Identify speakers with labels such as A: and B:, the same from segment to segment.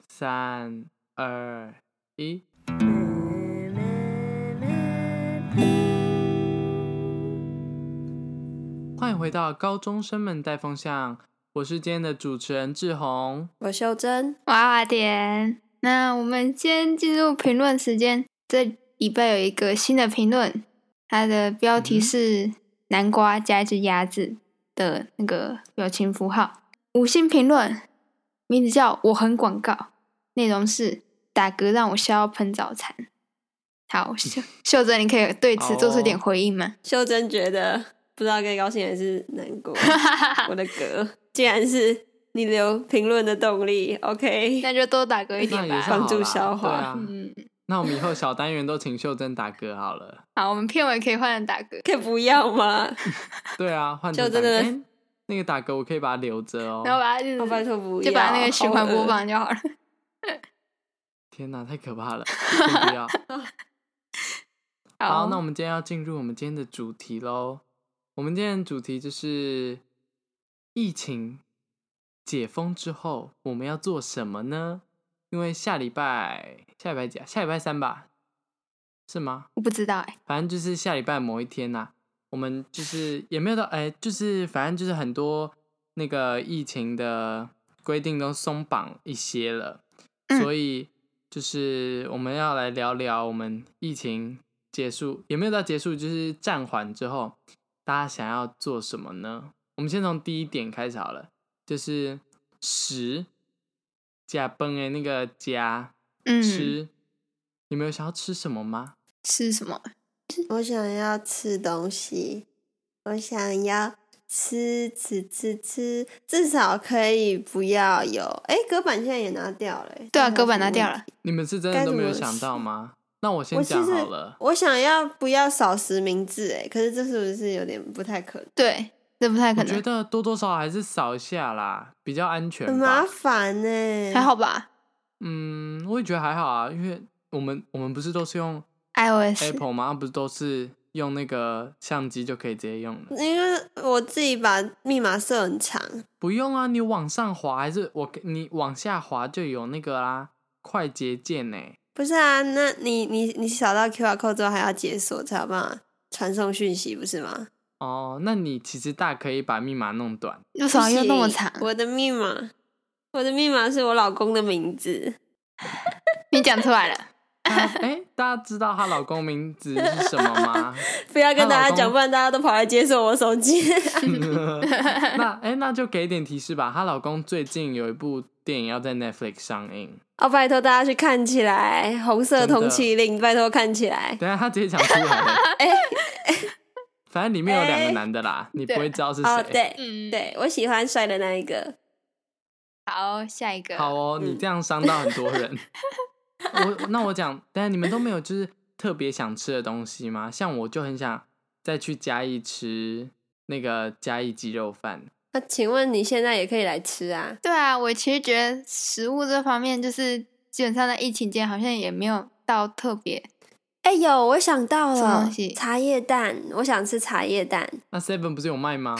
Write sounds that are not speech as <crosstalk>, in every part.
A: 三、二、一。欢迎回到高中生们带风向，我是今天的主持人志宏。
B: 我修真，
C: 娃娃点。那我们先进入评论时间。这礼拜有一个新的评论，它的标题是“南瓜加一只鸭子”的那个表情符号。五星评论，名字叫“我很广告”，内容是“打嗝让我笑到喷早餐”。好，秀秀珍，你可以对此做出点回应吗？
B: 修真觉得不知道该高兴还是难
C: <laughs>
B: 过。我的歌竟然是你留评论的动力，OK？
C: 那就多打嗝一
A: 那
C: 点
A: 也是
C: 吧。
A: 好啦
B: 帮助消化
A: 对啊，
C: 嗯，
A: 那我们以后小单元都请秀珍打嗝好了。
C: 好，我们片尾可以换成打嗝，
B: 可以不要
C: <laughs>
B: 吗？
A: 对啊，换成
B: 秀
A: 打
B: 珍
A: 嗝。
B: 的
A: 诶那个打嗝我可以把它留着
C: 然后
A: 哦。
C: 把它日
B: 我拜托不要，哦
C: 就把那个循环播
B: 好
C: 放就好了。
A: 天哪，太可怕了，先不要。好，那我
C: 们
A: 们今天要进入我们今天的主题喽。我们今天的主题就是疫情解封之后我们要做什么呢？因为下礼拜下礼拜几啊？下礼拜三吧？是吗？
C: 我不知道哎、
A: 反正就是下礼拜某一天呐、我们就是也没有到哎、就是反正就是很多那个疫情的规定都松绑一些了，
C: 嗯
A: 所以就是我们要来聊聊我们疫情结束也没有到结束，就是暂缓之后，大家想要做什么呢？我们先从第一点开始好了，就是食假崩哎那个假
C: 嗯，
A: 吃，你们有想要吃什么吗？
C: 吃什么？
B: 我想要吃东西，我想要吃吃吃吃，至少可以不要有。哎，隔板现在也拿掉了、
C: 对
B: 这
C: 啊，
B: 还有
C: 隔板
B: 什么
C: 拿掉
B: 问
C: 了
B: 题。。
A: 你们是真的
B: 该
A: 都
B: 怎
A: 没有
B: 么
A: 想
B: 洗
A: 到
B: <laughs>
A: 吗？那我先
B: 我其
A: 讲
B: 实
A: 好了。
B: 我想要不要少实名制、哎，可是这是不是有点不太可能？
C: 对，这不太可
A: 我觉
C: 能，
A: 得多多少少还是扫一下啦，比较安全
B: 很麻
A: 吧。
B: 烦欸呢、
C: 还好吧
A: 嗯，我也觉得还好啊，因为我们我们不是都是
B: <laughs>
A: 用
C: ？iOS，
A: Apple 吗？啊不是都是用那个相机就可以直接用了？
B: 因为我自己把密码设很长，
A: 不用啊，你往上滑还是我给你往下滑就有那个啦，快捷键呢、
B: 不是啊？那你你你扫到 QR code 之后还要解锁才有办法传送讯息，不是吗？
A: 哦，那你其实大可以把密码弄短。
C: 为什么又那么
B: 不行
C: 长？
B: 我的密码，我的密码是我老公的名字。
C: 你讲出来了，
B: <laughs>
A: 哎、诶大家知道她老公名字是什么吗？
B: 不要跟
A: 她老
B: 大家讲，
A: 公
B: 不然大家都跑来解锁我手机。 <laughs>
A: <laughs> 那哎、那就给一点提示吧。她老公最近有一部电影要在 Netflix 上映，
B: 哦，拜托大家去看起来，《红色
A: 真的
B: 通缉令》，拜托看起来。
A: 等一下她直接讲出来了。
B: 哎
A: 反正里面有两个男的啦，你不会知道是谁。
B: 哦，对
C: 嗯，，
B: 对，我喜欢帅的那一个。
C: 好，下一个，
A: 好哦，你
B: 嗯
A: 这样伤到很多人。我那我讲，等一下你们都没有就是特别想吃的东西吗？像我就很想再去嘉义吃那个嘉义鸡肉饭。
B: 那请问你现在也可以来吃啊？
C: 对啊，我其实觉得食物这方面，就是基本上在疫情间好像也没有到特别，
B: 哎、有，我想到
C: 什么
B: 了
C: 东西，
B: 茶叶蛋，我想吃茶叶蛋。
A: 那 Seven 不是有卖吗？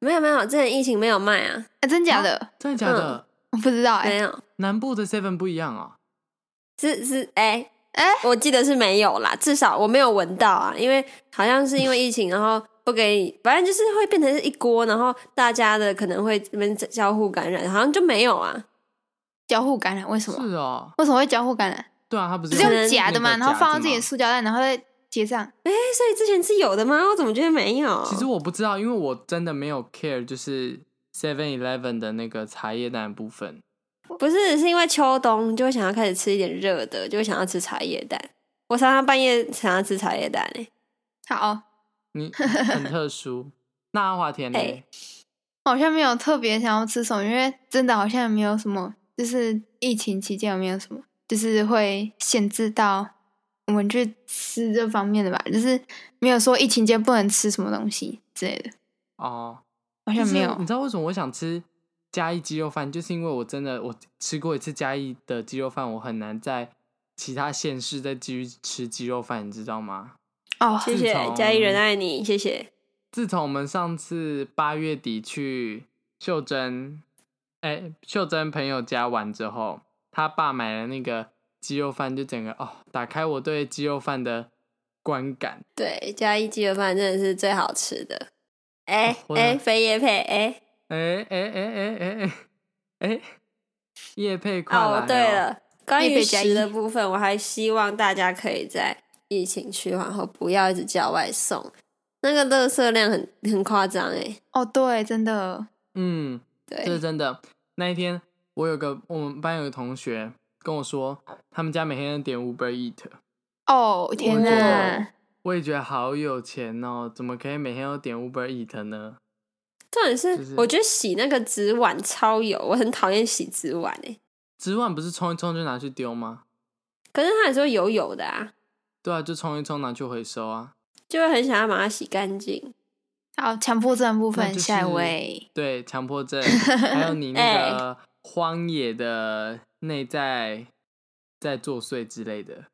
B: 没有没有，之前疫情没有卖啊，
C: 啊，真假的？
A: 真的假的？
C: 我不知道哎、
B: 没有，
A: 南部的 Seven 不一样哦。
B: 是是，哎、
C: 哎
B: 我记得是没有啦，至少我没有闻到啊，因为好像是因为疫情，然后不给你，反正就是会变成是一锅，然后大家的可能会这边交互感染，好像就没有啊，
C: 交互感染为什么？
A: 是哦，
C: 为什么会交互感染？
A: 对啊，他不是
C: 不
A: 有
C: 是
B: 可
C: 用
B: 能
C: 夹
A: 那
C: 的吗？
A: 个
C: 然后
A: 夹
C: 放到
A: 子
C: 自己
A: 吗
C: 的塑胶袋，然后再结账。
B: 哎、所以之前是有的吗？我怎么觉得没有？
A: 其实我不知道，因为我真的没有 care，就是 Seven Eleven 的那个茶叶蛋的部分。
B: 不是，是因为秋冬就会想要开始吃一点热的，就会想要吃茶叶蛋。我常常半夜想要吃茶叶蛋、欸，
C: 好，
A: 你很特殊。那阿华田呢？
B: 哎
C: 好像没有特别想要吃什么，因为真的好像没有什么，就是疫情期间有没有什么，就是会限制到我们去吃这方面的吧，就是没有说疫情间不能吃什么东西之类的，
A: 哦，
C: 好
A: 好
C: 像
A: 你
C: 没有。
A: 知道为什么我想吃嘉义鸡肉饭？就是因为我真的我吃过一次嘉义的鸡肉饭，我很难在其他县市再继续吃鸡肉饭，你知道吗？
C: 哦，
B: 谢
A: 自
B: 谢
A: 从
B: 嘉义人爱你，谢谢。
A: 自从我们上次八月底去秀珍，哎、秀珍朋友家玩之后，他爸买了那个鸡肉饭，就整个哦，打开我对鸡肉饭的观感。
B: 对，嘉义鸡肉饭真的是最好吃的。哎、
A: 哦
B: 哎、肥叶配哎
A: 哎哎哎哎哎哎哎，叶佩快来
B: 哦，对了，关
C: 叶
B: 于
C: 配嘉
B: 食的
C: 义
B: 部分，我还希望大家可以在疫情趋缓后不要一直叫外送，那个垃圾量很很夸张哎。
C: 哦，对，真的，
A: 嗯，这是
B: 对，
A: 真的。那一天，我有个我们班有个同学跟我说，他们家每天都点 Uber Eat，
C: 哦，天哪，
A: 我也觉得好有钱哦，怎么可以每天都点 Uber Eat 呢？
B: 重点是、
A: 就是
B: 我觉得洗那个纸碗超油，我很讨厌洗纸碗哎。
A: 纸碗不是冲一冲就拿去丢吗？
B: 可是它有时候油油的啊，
A: 对啊，就冲一冲拿去回收啊。
B: 就会很想要把它洗干净。
C: 好，强迫症部
A: 那
C: 分，
A: 就是
C: 下一位，
A: 对，强迫症，还有
C: <laughs>
A: 你那
B: 哎
A: 个荒野的内在在作祟之类的。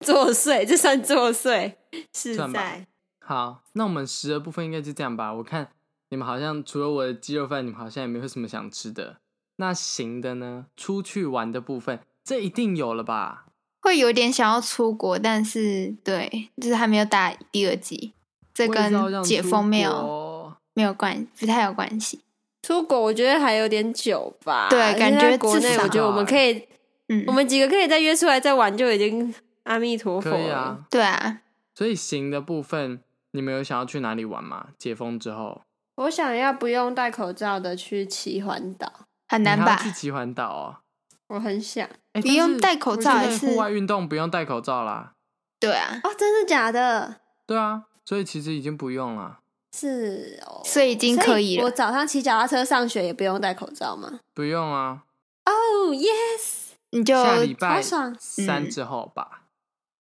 B: 作祟，这算作祟，是
A: 算吧
B: 在
A: 好，那我们食的部分应该就这样吧。我看你们好像除了我的鸡肉饭，你们好像也没有什么想吃的。那行的呢？出去玩的部分，这一定有了吧？
C: 会有点想要出国，但是对，就是还没有打第二季，这
A: 我也是好
C: 跟
A: 想
C: 解
A: 出
C: 封没有
A: 国
C: 没有关，不太有关系。
B: 出国，我觉得还有点久吧。
C: 对
B: 现
C: 感觉
B: 在国
C: 至
B: 内，
C: 少
B: 我觉得我们可以，
C: 嗯
B: 我，们几个可以再约出来再玩，就已经阿弥陀佛
A: 可以
B: 了。
A: 啊。
C: 对啊，
A: 所以行的部分，你们有想要去哪里玩吗？解封之后，
B: 我想要不用戴口罩的去骑环岛，
C: 很
A: 你
C: 难
A: 还要
C: 吧？
A: 去奇环岛哦。
B: 我很想。
A: 哎
C: 不
A: 但
C: 用
A: 是
C: 戴口
A: 我觉
C: 罩
A: 得
C: 也
A: 户
C: 是
A: 外运动不用戴口罩啦。
C: 对啊，
B: 哦，真的假的？
A: 对啊，所以其实已经不用了，
B: 是哦，
C: 所以已经可以
B: 所我
C: 了。
B: 早上骑脚踏车上学也不用戴口罩吗？
A: 不用啊。
B: 哦、y e s
C: 你就
A: 下礼
B: 好
A: 拜
B: 爽
A: 三
C: 嗯
A: 之后吧。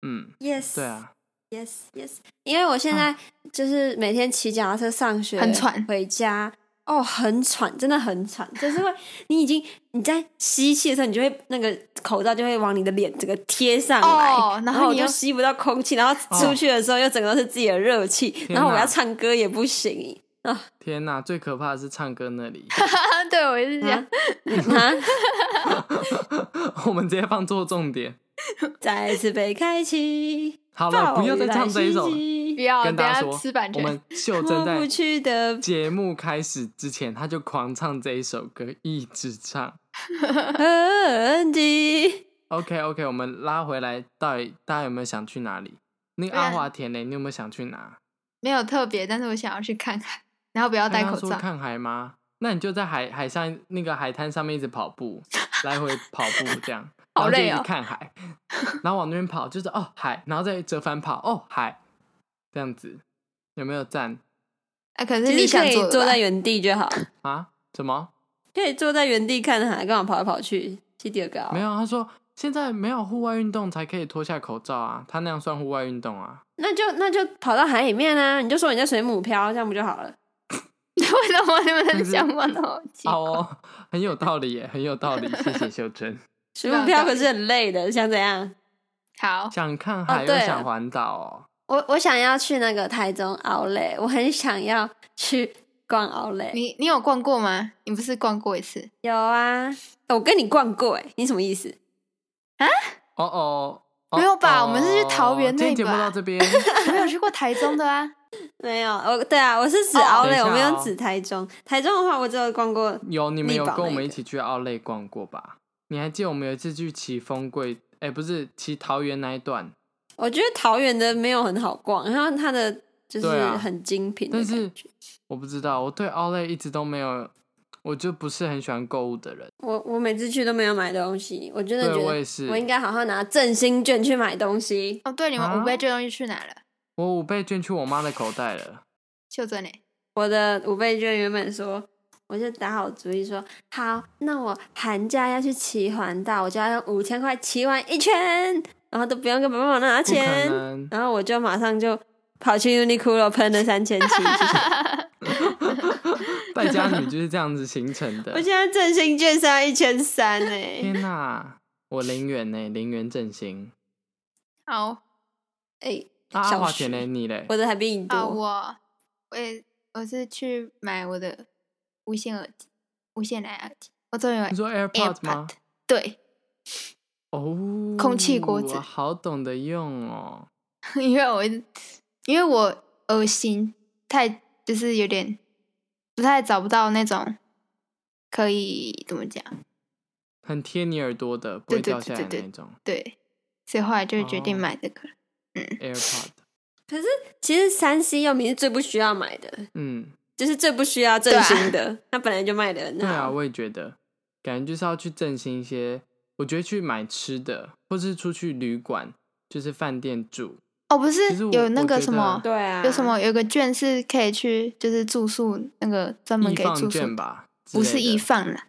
A: 嗯，
B: ，Yes，
A: 对啊。
B: Yes, yes，因为我现在就是每天骑脚踏车上学，
C: 很喘
B: 回家哦，很喘，真的很喘，就是会你已经你在吸气的时候，你就会那个口罩就会往你的脸整个贴上来，
C: 哦然
B: 然
C: 后
B: 我
C: 你又
B: 就吸不到空气，然后出去的时候又整个都是自己的热气，
A: 哪
B: 然后我要唱歌也不行
A: 天呐，最可怕的是唱歌那
C: <laughs>
A: 里，
C: <laughs>
A: <laughs>
C: 对我也是这样，
B: 啊！
A: 我们直接放错重点。
B: 再次被开启，
A: 好了，
B: 暴
A: 不
B: 雨
A: 要再
B: 来
A: 唱这一
B: 袭
A: 首了。
B: 击
C: 不要
A: 跟
C: 不
A: 大家
C: 要
A: 说
C: 吃版，
A: 我
C: 权。
A: 们秀珍
B: 过
A: 在
B: 不去的
A: 节目开始之前，他就狂唱这一首歌，一直唱。
B: 痕迹。
A: OK OK，我们拉回来，到底大家有没有想去哪里？那个
C: 对啊
A: 阿华田嘞，你有没有想去哪？
C: 没有特别，但是我想要去看看，然后不要戴
A: 刚刚
C: 口
A: 说
C: 罩。
A: 看海吗？那你就在海海上那个海滩上面一直跑
C: <laughs>
A: 步，来回跑步这样，然
C: 好
A: 后就
C: 累
A: 一直
C: 哦
A: 看海，然后往那边跑，就是哦海，然后再折返跑哦海，这样子有没有赞
C: 啊，可是
B: 其
C: 你
B: 实
C: 想
B: 可以
C: 做的
B: 坐
C: 吧
B: 在原地就好，
A: 啊？什么？
B: 可以坐在原地看海，干嘛跑来跑去？去第二个啊
A: 没，有，他说现在没有户外运动才可以脱下口罩啊，他那样算户外运动啊？
B: 那就那就跑到海里面啊！你就说你在水母漂，这样不就好了？
C: <laughs> 为什么你们
A: 就
C: 的
A: 是
C: 想法都好奇怪？
A: 好哦，很有道理耶，很有道理，谢谢秀珍。
B: 水母漂可是很累的，想怎样？
C: 好，
A: 想看海又
B: 哦对
A: 想
B: 了
A: 环岛哦，
B: 我我想要去那个台中奥莱，我很想要去逛奥莱。
C: 你你有逛过吗？你不是逛过一次？
B: 有啊，我跟你逛过哎，你什么意思？
A: 哦哦。哦
C: 没有吧我们是去
A: 哦
C: 桃园
A: 今天
C: 那
A: 节目
C: 吧
B: 啊
A: 到这边，
B: <laughs>
C: 我没有去过台中的啊。
B: 没有，我对啊，我是指
C: 哦
B: 奥莱，
A: 等一下哦
B: 我没有指台中。台中的话，我只有逛过。
A: 有你们
B: 力
A: 有
B: 宝
A: 跟我
B: 那
A: 们一
B: 个
A: 起去奥莱逛过吧？你还记得我们有一次去骑风柜，哎、不是骑桃园那一段，
B: 我觉得桃园的没有很好逛，然后它的就是
A: 对啊
B: 很精品的
A: 但
B: 感觉。
A: 是我不知道，我对奥莱一直都没有，我就不是很喜欢购物的人。
B: 我我每次去都没有买东西，我真的
A: 对
B: 觉得
A: 我也是，
B: 我应该好好拿振兴券去买东西。
C: 哦，对，你
A: 啊
C: 们五倍这东西去哪了？
A: 我五倍捐去我妈的口袋了。
C: 秀珍嘞？
B: 我的五倍券原本说，我就打好主意说，好，那我寒假要去骑环岛，我就要用五千块骑完一圈，然后都不用跟爸爸妈妈拿
A: 不可
B: 钱，
A: 能，
B: 然后我就马上就跑去 Uniqlo 喷了三
A: <laughs>
B: 千七。
A: 败家
B: <laughs>
A: 女就是这样子形成的
B: 我。现在振兴券是要一千三
A: 啊
B: 呢，欸
A: 天哪、我零元呢，零元振
B: <laughs>
A: 兴。
C: 好
B: 哎，
A: 啊，阿
B: 小
A: 华
B: 时
A: 田呢？你嘞？
B: 我的还比你
C: 啊，
B: 多。
C: 我我也我是去买我的无线耳机，无线蓝牙耳机，我终于有
A: 你说 AirPods 吗
C: AirPod？对，
A: 哦，
C: 空气锅子
A: 我好懂得用哦。
C: 因为我一直因为我恶心太就是有点不太找不到那种可以怎么讲
A: 很贴你耳朵的，不会
C: 对对
A: 掉下来的
C: 对对
A: 那种
C: 对，所以后来就决定
A: 哦
C: 买这个。
A: AirPod。
B: 其实三 C 用品是最不需要买的，
A: 嗯，
B: 就是最不需要振
C: 对啊
B: 兴的， <laughs> 它本来就卖的很
A: 对啊，
B: 好。
A: 我也觉得，感觉就是要去振兴一些。我觉得去买吃的，或是出去旅馆，就是饭店住，
C: 哦，不
A: 其
C: 是
A: 实我
C: 有那
A: 我
C: 个
A: 觉
C: 什
A: 得
C: 么，
B: 对啊，
C: 有什么有个券是可以去就是住宿那个专门
A: 易
C: 给
A: 放
C: 住宿
A: 券，吧？
C: 不是易
A: 易，
C: 放啦，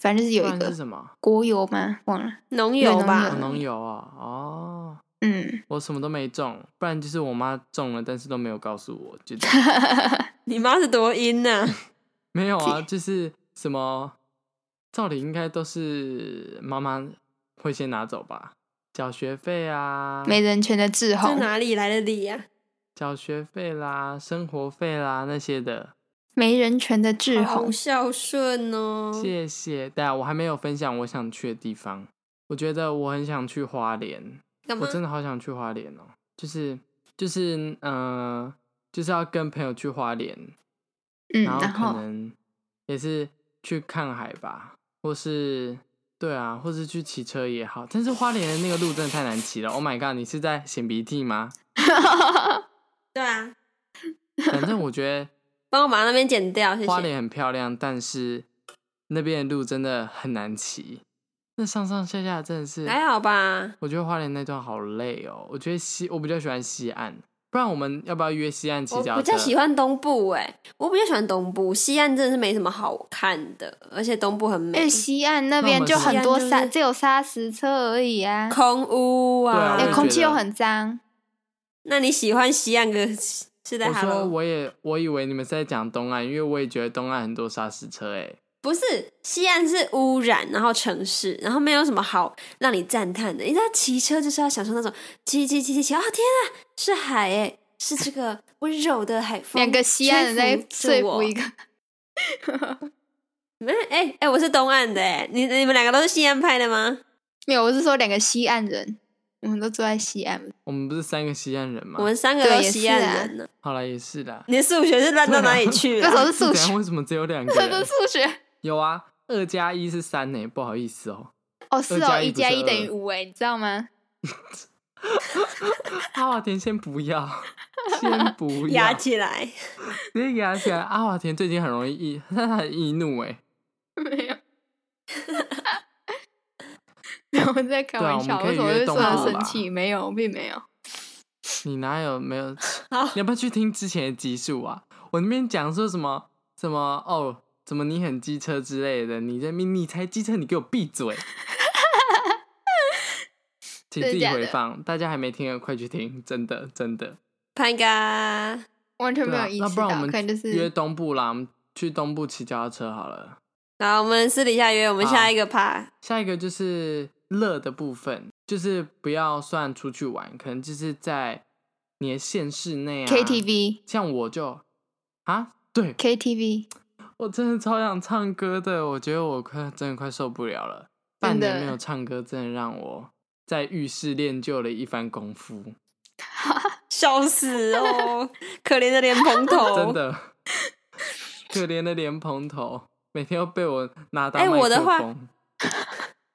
C: 反正就是有
A: 不
C: 一
A: 然是
C: 个嗯
A: 什么？
C: 国油吗？忘了，
B: 农友
C: 对
A: 哦
B: 吧
C: 农？
A: 农友啊，哦，
C: 嗯，
A: 我什么都没中，不然就是我妈中了，但是都没有告诉我，就这样
B: 你妈是多阴啊呐、
A: 没有啊，就是什么，照理应该都是妈妈会先拿走吧，缴学费啊，
C: 没人权的志
B: 这
C: 宏，
B: 哪里来的啊理呀、
A: 缴学费啦、生活费啦那些的。
C: 没人权的志
B: 好
C: 宏，
B: 孝顺哦。
A: 谢谢。对啊，我还没有分享我想去的地方。我觉得我很想去花莲，
B: 干嘛
A: 我？真的好想去花莲哦、就是就是嗯、呃就是要跟朋友去花莲，
C: 嗯，
A: 然
C: 然
A: 后可
C: 后
A: 能也是去看海吧，或是对啊，或是去骑车也好。但是花莲的那个路真的太难骑了。Oh my god！你是在擤鼻涕吗？
B: 对啊，
A: 反正我觉
B: 帮我把那边剪掉， <laughs> 谢
A: 得花
B: 谢。
A: 莲很漂亮，但是那边的路真的很难骑。那上上下下真的是，
B: 还好吧？
A: 我觉得花莲那段好累哦。我觉得西，我比较喜欢西岸。不然我们要不要约西岸骑
B: 我
A: 脚
B: 比
A: 车
B: 较？喜欢东部哎、我比较喜欢东部，西岸真的是没什么好看的，而且东部很
C: 因
B: 美
C: 为，哎西岸那
A: 那我
C: 边
A: 们
C: 就
A: 西
C: 很
B: 岸
C: 多
B: 就是
C: 沙，只有砂石车而已啊，
B: 空屋啊。
A: 对
C: 哎
A: 啊我也
C: 空
A: 觉
C: 气又
A: 得
C: 很脏，
B: 那你喜欢西岸个是在
A: 我说
B: Hello？
A: 我也我以为你们是在讲东岸，因为我也觉得东岸很多砂石车哎、
B: 不是，西岸是污染，然后城市，然后没有什么好让你赞叹的。你知道骑车就是要享受那种骑骑骑骑骑，哦天啊，是海哎、是这个温柔的海风。
C: 两个西岸人在
B: 吹服
C: 说
B: 着我
C: 服一个，
B: 没哎哎、我是东岸的哎、你你们两个都是西岸派的
C: 啊
B: 吗？
C: 没有，我是说两个西岸人，我们都住在西
A: <laughs>
C: 岸，
A: 我们不是三个西岸人吗？
B: 我们三个
C: 对
B: 都
C: 也
B: 西
C: 是
B: 岸
C: 啊
B: 人呢、
A: 好了，也是啦。
B: 你的数学是烂到哪里去啊
C: <laughs> 那时候
B: 了？
C: 是数
A: 是怎样
C: 学，
A: 为什么只有
C: <laughs>
A: 两个
C: 这是
A: 人？
C: 数学，
A: 有啊，二加一是三呢、不好意思哦、
C: 哦是
A: 二
C: 哦，
A: 加一
C: 一
A: 不是
C: 加一等于
A: 二
C: 五哎，你知
B: <laughs>
C: 道吗？
A: 阿华田先不要，先
C: <laughs>
A: 不
B: 压
A: 要，直
B: 起来，
A: 接给他起来。阿华田最近很容易易， <laughs> 他很易怒哎、
C: 没 <laughs> 有。然后我在开
A: 对啊
C: 玩
A: 我们
C: 笑，
A: 可以
C: 为什么
A: 约
C: 会
A: 动
C: 说他
B: 物
C: 生
A: 吧
C: 气？没有，并没有。
A: 你哪有没有？
B: 好
A: 你要不要去听之前的集数啊？我那边讲说什么什么哦，怎么你很机车之类的，你这边你才机车，你给我闭
C: <laughs>
A: 嘴！请自
C: 真的
A: 己
C: 假的
A: 回放，大家还没听的快去听，真的真的。
B: 潘嘎，
C: 完全没
A: 对
C: 有
A: 啊
C: 意
A: 那
C: 识
A: 不然
C: 到，
A: 我们
C: 可能就
A: 约
C: 是
A: 东部啦，我们去东部骑脚踏车好了。
B: 好，我们私底下约，我们
A: 好
B: 下一个趴。
A: 下一个就是乐的部分，就是不要算出去玩，可能就是在你的县市内啊。
C: KTV
A: 像我就啊，对
C: KTV，
A: 我真的超想唱歌的，我觉得我快真的快受不了了，半
C: 真的
A: 年没有唱歌，真的让我在浴室练就了一番功夫，
B: 笑死哦，可怜的莲蓬
C: <laughs>
B: 头。
A: 真
C: 哦
A: 的， <laughs> 可怜的莲蓬头，每天都被我拿当
B: 哎
A: 麦
B: 我的
A: 克
B: 话
A: 风。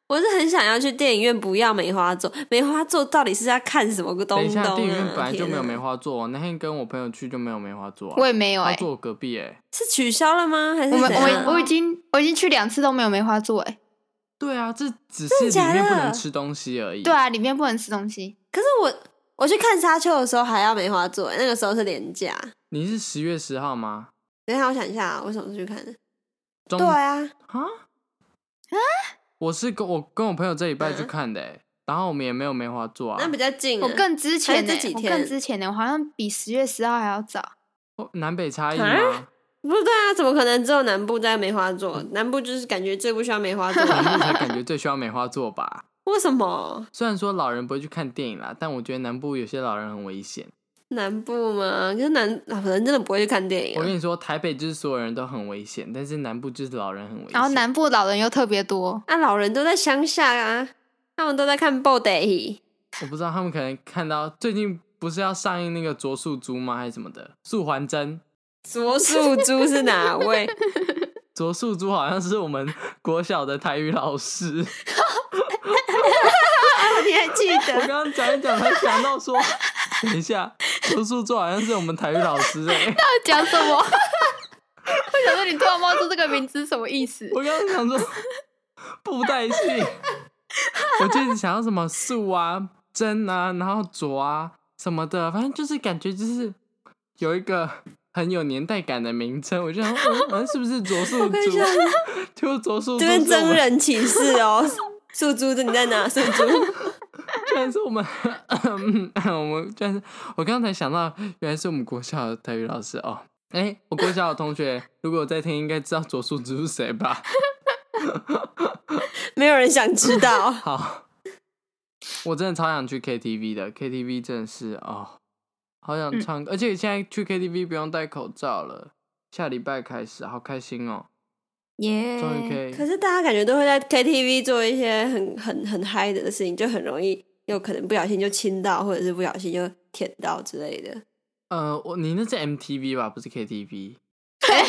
B: 我是很想要去电影院，不要梅花座。梅花座到底是在看什么个东
A: 等一
B: 东
A: 下
B: 啊？，
A: 电影院本来就没有梅
B: 花，
A: 花座，我那天跟我朋友去就没有梅花座、啊，
C: 我也没有
A: 他
B: 欸
C: 哎。
A: 坐我隔壁哎、
B: 是取消了吗？还是啊
C: 我们
B: 怎
C: 我
B: 样
C: 们我已经我已经去两次都没有梅花座哎。
A: 对啊，这只是
B: 假
A: 里面不
B: 的
A: 能吃东西而已。
C: 对，啊，里面不能吃东西。
B: 可是我我去看沙丘的时候还要梅花座，欸那个时候是廉价。
A: 你是十月十号吗？
B: 等一下，我想一下啊，我什么时候去看的？
A: 中
B: 对啊，
A: 啊我是跟我跟我朋友这礼拜去
B: 嗯
A: 看的、欸，然后我们也没有梅花座啊
B: 那。比较近啊。
C: 我更之前呢
B: 还是这几，
C: 我
B: 天
C: 更之前呢，我好像比十月十号还要早。
A: 哦南北差异
B: 啊
A: 吗？
B: 不对啊，怎么可能只有南部在梅花座？南部就是感觉最不需要梅花座。
A: 南部才感觉最需要梅花座吧。
B: <laughs> 为什么
A: 虽然说老人不会去看电影啦，但我觉得南部有些老人很危险。
B: 南部嘛？可是南啊人真的不会去看电影、
A: 我
B: 啊
A: 跟。你说，台北就是所有人都很危险，但是南部就是老人很危险。
C: 然后南部老人又特别多，
B: 啊，老人都在乡下啊，他们都在看《b o d y
A: 我不知道他们可能看到最近不是要上映那个卓素珠吗，还是什么的？素还真，
B: 左树珠是哪位？
A: 卓素珠好像是我们 <laughs> 国小的台语老师。
B: <laughs> 你还记
A: 我
B: 得？
A: 刚刚讲一讲，才想到说，等一下，卓素珠好像是我们台语老师哎、
C: 要 <laughs> 讲什么？ <laughs> 我想说你突然冒出这个名字是什么
B: <laughs>
C: 意思？
A: 我刚刚想说布袋戏， <laughs> 我就是想要什么素啊、针啊，然后左啊什么的，反正就是感觉就是有一个很有年代感的名称。我就想说，嗯，嗯是不是左素
B: 我看一
A: 珠
B: 下？
A: <laughs> 就左素珠
B: 这边
A: 是我
B: 真
A: 们，
B: 人启事哦，树珠的你在哪？树珠，
A: 居然是我们，我们居然是，我刚才想到，原来是我们国小的体育老师哦。哎、我国小的同学，如果有在听，应该知道左素珠是谁吧？
B: 没有人想知道。
A: 好， <laughs> 我真的超想去 KTV 的，KTV 真的是哦，好想
C: 嗯
A: 唱歌，而且现在去 KTV 不用戴口罩了，下礼拜开始，好开心哦，
C: 耶
A: 终于可以。
B: 可是大家感觉都会在 KTV 做一些很很很嗨的事情，就很容易有可能不小心就亲到，或者是不小心就舔到之类的。
A: 呃，我你那是 MTV 吧，不是 KTV。
C: <laughs> 哎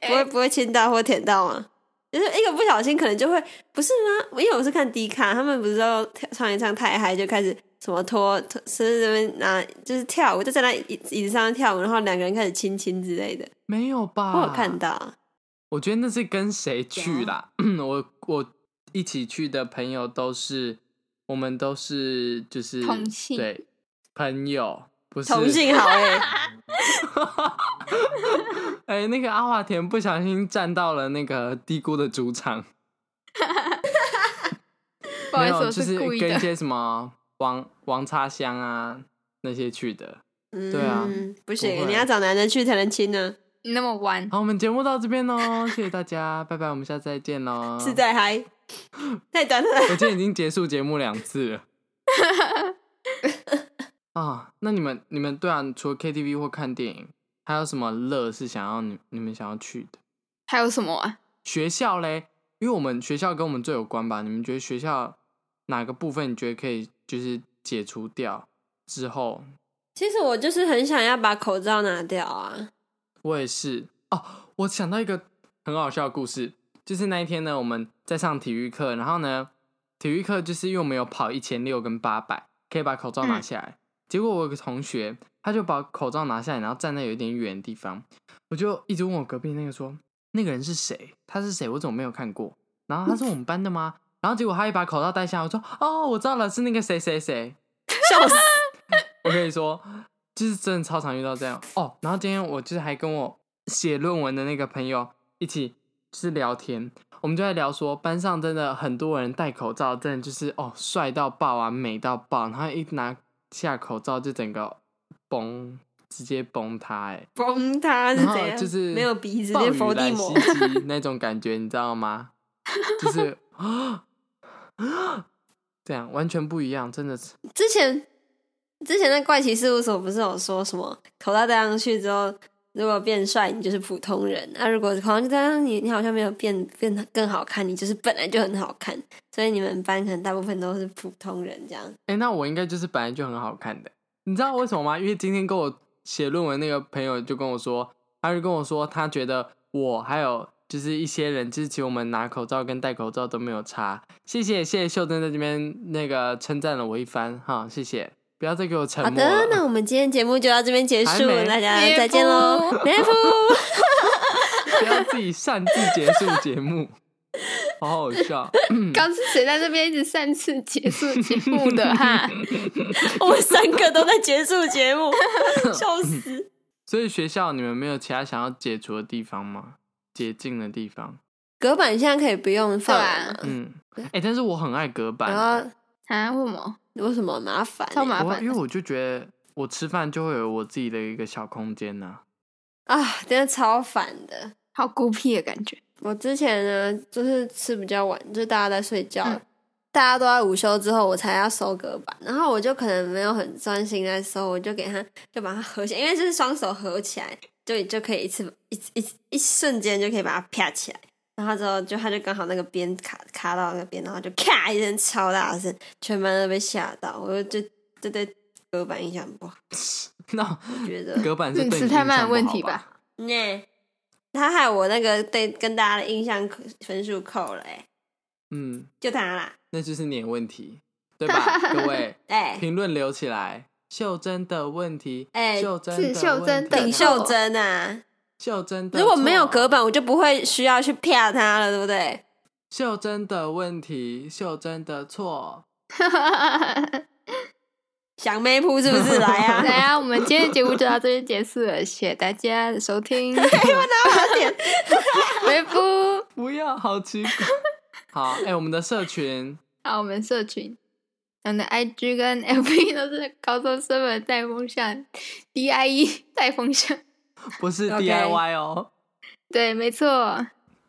C: 哎
B: 不会不会亲到或舔到吗？就是一个不小心可能就会不是吗？因为我是看迪卡，他们不是都唱一唱太嗨就开始什么脱，脱是这边拿就是跳舞，就在那椅椅子上跳舞，然后两个人开始亲亲之类的，
A: 没有吧？
B: 我有看到。啊
A: 我觉得那是跟谁去啦。 <clears throat> 我我一起去的朋友都是，我们都是就是
C: 同性
A: 对朋友，不是
B: 同性好哎、
A: 哎、那个阿华田不小心站到了那个低估的主场，
C: 不好
A: 没
C: 意思，
A: 有，
C: 我
A: 就是
C: 故意
A: 跟一
C: 的。
A: 些什么王王插香啊那些去的。<laughs>
B: 嗯，
A: 对啊，
B: 不
A: 不会
B: 行，你要找男的去才能亲呢，
C: 你那么玩，
A: 好，我们节目到这边喽，谢谢大家，拜拜，我们下次再见
C: <laughs>
A: 喽。
B: 是，在嗨，
A: <laughs>
B: 太短了。
A: 我今天已经结束节目两次了。啊、那你们你们对啊，除了 KTV 或看电影，还有什么乐是想要你你们想要去的？
C: 还有什么啊？
A: 学校嘞，因为我们学校跟我们最有关吧？你们觉得学校哪个部分你觉得可以就是解除掉之后？
B: 其实我就是很想要把口罩拿掉啊，
A: 我也是哦，我想到一个很好笑的故事，就是那一天呢，我们在上体育课，然后呢，体育课就是因为我们有跑一千六跟八百，可以把口罩拿
C: 嗯
A: 下来。结果我有个同学，他就把口罩拿下来，然后站在有一点远的地方，我就一直问我隔壁那个说，那个人是谁？他是谁？我怎么没有看过？然后他是我们班的吗？然后结果他一把口罩戴下来，我说哦，我知道了，是那个谁谁谁。
B: <laughs> 笑死！
A: <laughs> 我跟你说，就是真的超常遇到这样哦。然后今天我就是还跟我写论文的那个朋友一起就是聊天，我们就在聊说班上真的很多人戴口罩，真的就是哦帅到爆啊，美到爆，然后一拿下口罩就整个崩，直接崩塌哎、
B: 崩塌是
A: 然
B: 怎
A: 后
B: 样？
A: 就是
B: 没有鼻子，
A: 暴雨
B: 变伏地
A: 来
B: 魔
A: 袭。
B: <laughs>
A: 击那种感觉，你知道吗？就是 <gasps> 啊这样完全不一样，真的是
B: 之前之前那怪奇事务所不是有说什么口罩戴上去之后，如果变帅，你就是普通人；那、如果口罩戴上你，你好像没有变变得更好看，你就是本来就很好看。所以你们班可能大部分都是普通人这样。
A: 哎、那我应该就是本来就很好看的，你知道为什么吗？因为今天跟我写论文那个朋友就跟我说，他就跟我说，他觉得我还有就是一些人，就是其实我们拿口罩跟戴口罩都没有差。谢谢谢谢秀珍在这边那个称赞了我一番哈，谢谢，不要再给我沉
B: 好
A: 默了
B: 的，。那我们今天节目就到这边结
A: 还
B: 束
A: 没，
B: 大家
C: 别
B: 呃再见
C: 哭
B: 喽，别哭。
A: 不要自己擅自结束节目，好好笑。
C: 刚是谁在这边一直擅自结束节目的
A: <laughs>
C: 哈？
B: <laughs> 我们三个都在结束节目，笑死！
A: 所以学校你们没有其他想要解除的地方吗？解禁的地方？
B: 隔板现在可以不用放了嘛，
A: 嗯，哎、但是我很爱隔板，
B: 然后
C: 啊，为什么？
B: 为什么麻烦欸、
C: 超麻
A: 我
C: 烦
A: 因为
C: 的。
A: 我就觉得我吃饭就会有我自己的一个小空间呐、 <laughs>
B: 啊，真的超烦的。
C: 好孤僻的感觉。
B: 我之前呢，就是吃比较晚，就是大家在睡觉，
C: 嗯
B: 大家都在午休之后，我才要收隔板，然后我就可能没有很专心在收，我就给它就把它合起来，因为就是双手合起来，就就可以一次一一一瞬间就可以把它啪起来，然后之后就他就刚好那个边卡卡到那个边，然后就咔一声超大声，全班都被吓到。我就就就对隔板印象不好，
A: 那
B: 我觉得
A: 隔板是
C: 是
A: 对
C: 吃
A: 你
C: 太
A: 印
C: 慢
A: 象
C: 的
A: 不
C: 问
A: 好
C: 题
A: 吧？
C: 吧？
B: 那他害我那个对跟大家的印象分数扣了、欸，
A: 嗯，
B: 就他啦，
A: 那就是你的问题，对
C: <laughs>
A: 吧？各位，
B: 哎、
A: 评论留起来。秀珍的问题，
B: 哎
A: 秀珍
C: 是
A: 的
C: 秀
A: 问
C: 珍的
A: 题
B: 尹
C: 领
B: 秀珍啊，
A: 秀珍的，
B: 如果没有啊隔，板，我就不会需要去啪他了，对不对？
A: 秀珍的问题，秀珍的错， <laughs>
B: 想妹扑是不 <laughs> 是来啊？
C: 来啊，我们今天的节目就到这里结束了，谢谢大家的
A: <laughs>
C: 收听，
B: 啊
C: 微不
A: 不要，好奇怪。好，哎、我们的社群
C: 好，我们社群，我们的 IG 跟 FB 都是高中生们带风向，DIE 带风向，
A: 不
C: <laughs>
A: 是
B: OK
A: DIY 哦
C: 对，没错。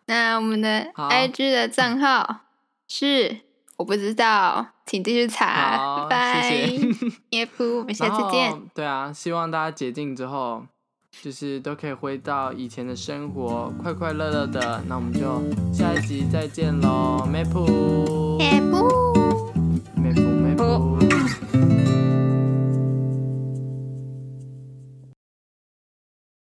C: 那我们的
A: 好
C: IG 的账号是我不知道，请继续查
A: 好，，
C: 拜拜。
A: 谢谢。
C: 耶夫，我们下
A: 然
C: 次
A: 后
C: 见，
A: 对啊，希望大家解禁之后，就是都可以回到以前的生活，快快乐乐的。那我们就下一集再见喽，Maple，Maple，Maple。
C: <laughs> 耶夫。
A: Maple，Maple